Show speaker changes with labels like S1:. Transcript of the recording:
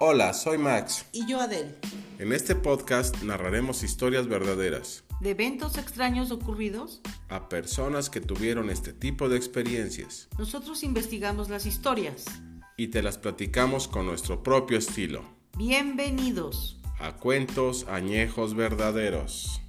S1: Hola, soy Max.
S2: Y yo, Adel.
S1: En este podcast narraremos historias verdaderas
S2: De eventos extraños ocurridos,
S1: a personas que tuvieron este tipo de experiencias
S2: nosotros investigamos las historias.
S1: y te las platicamos con nuestro propio estilo,
S2: Bienvenidos.
S1: a cuentos añejos verdaderos.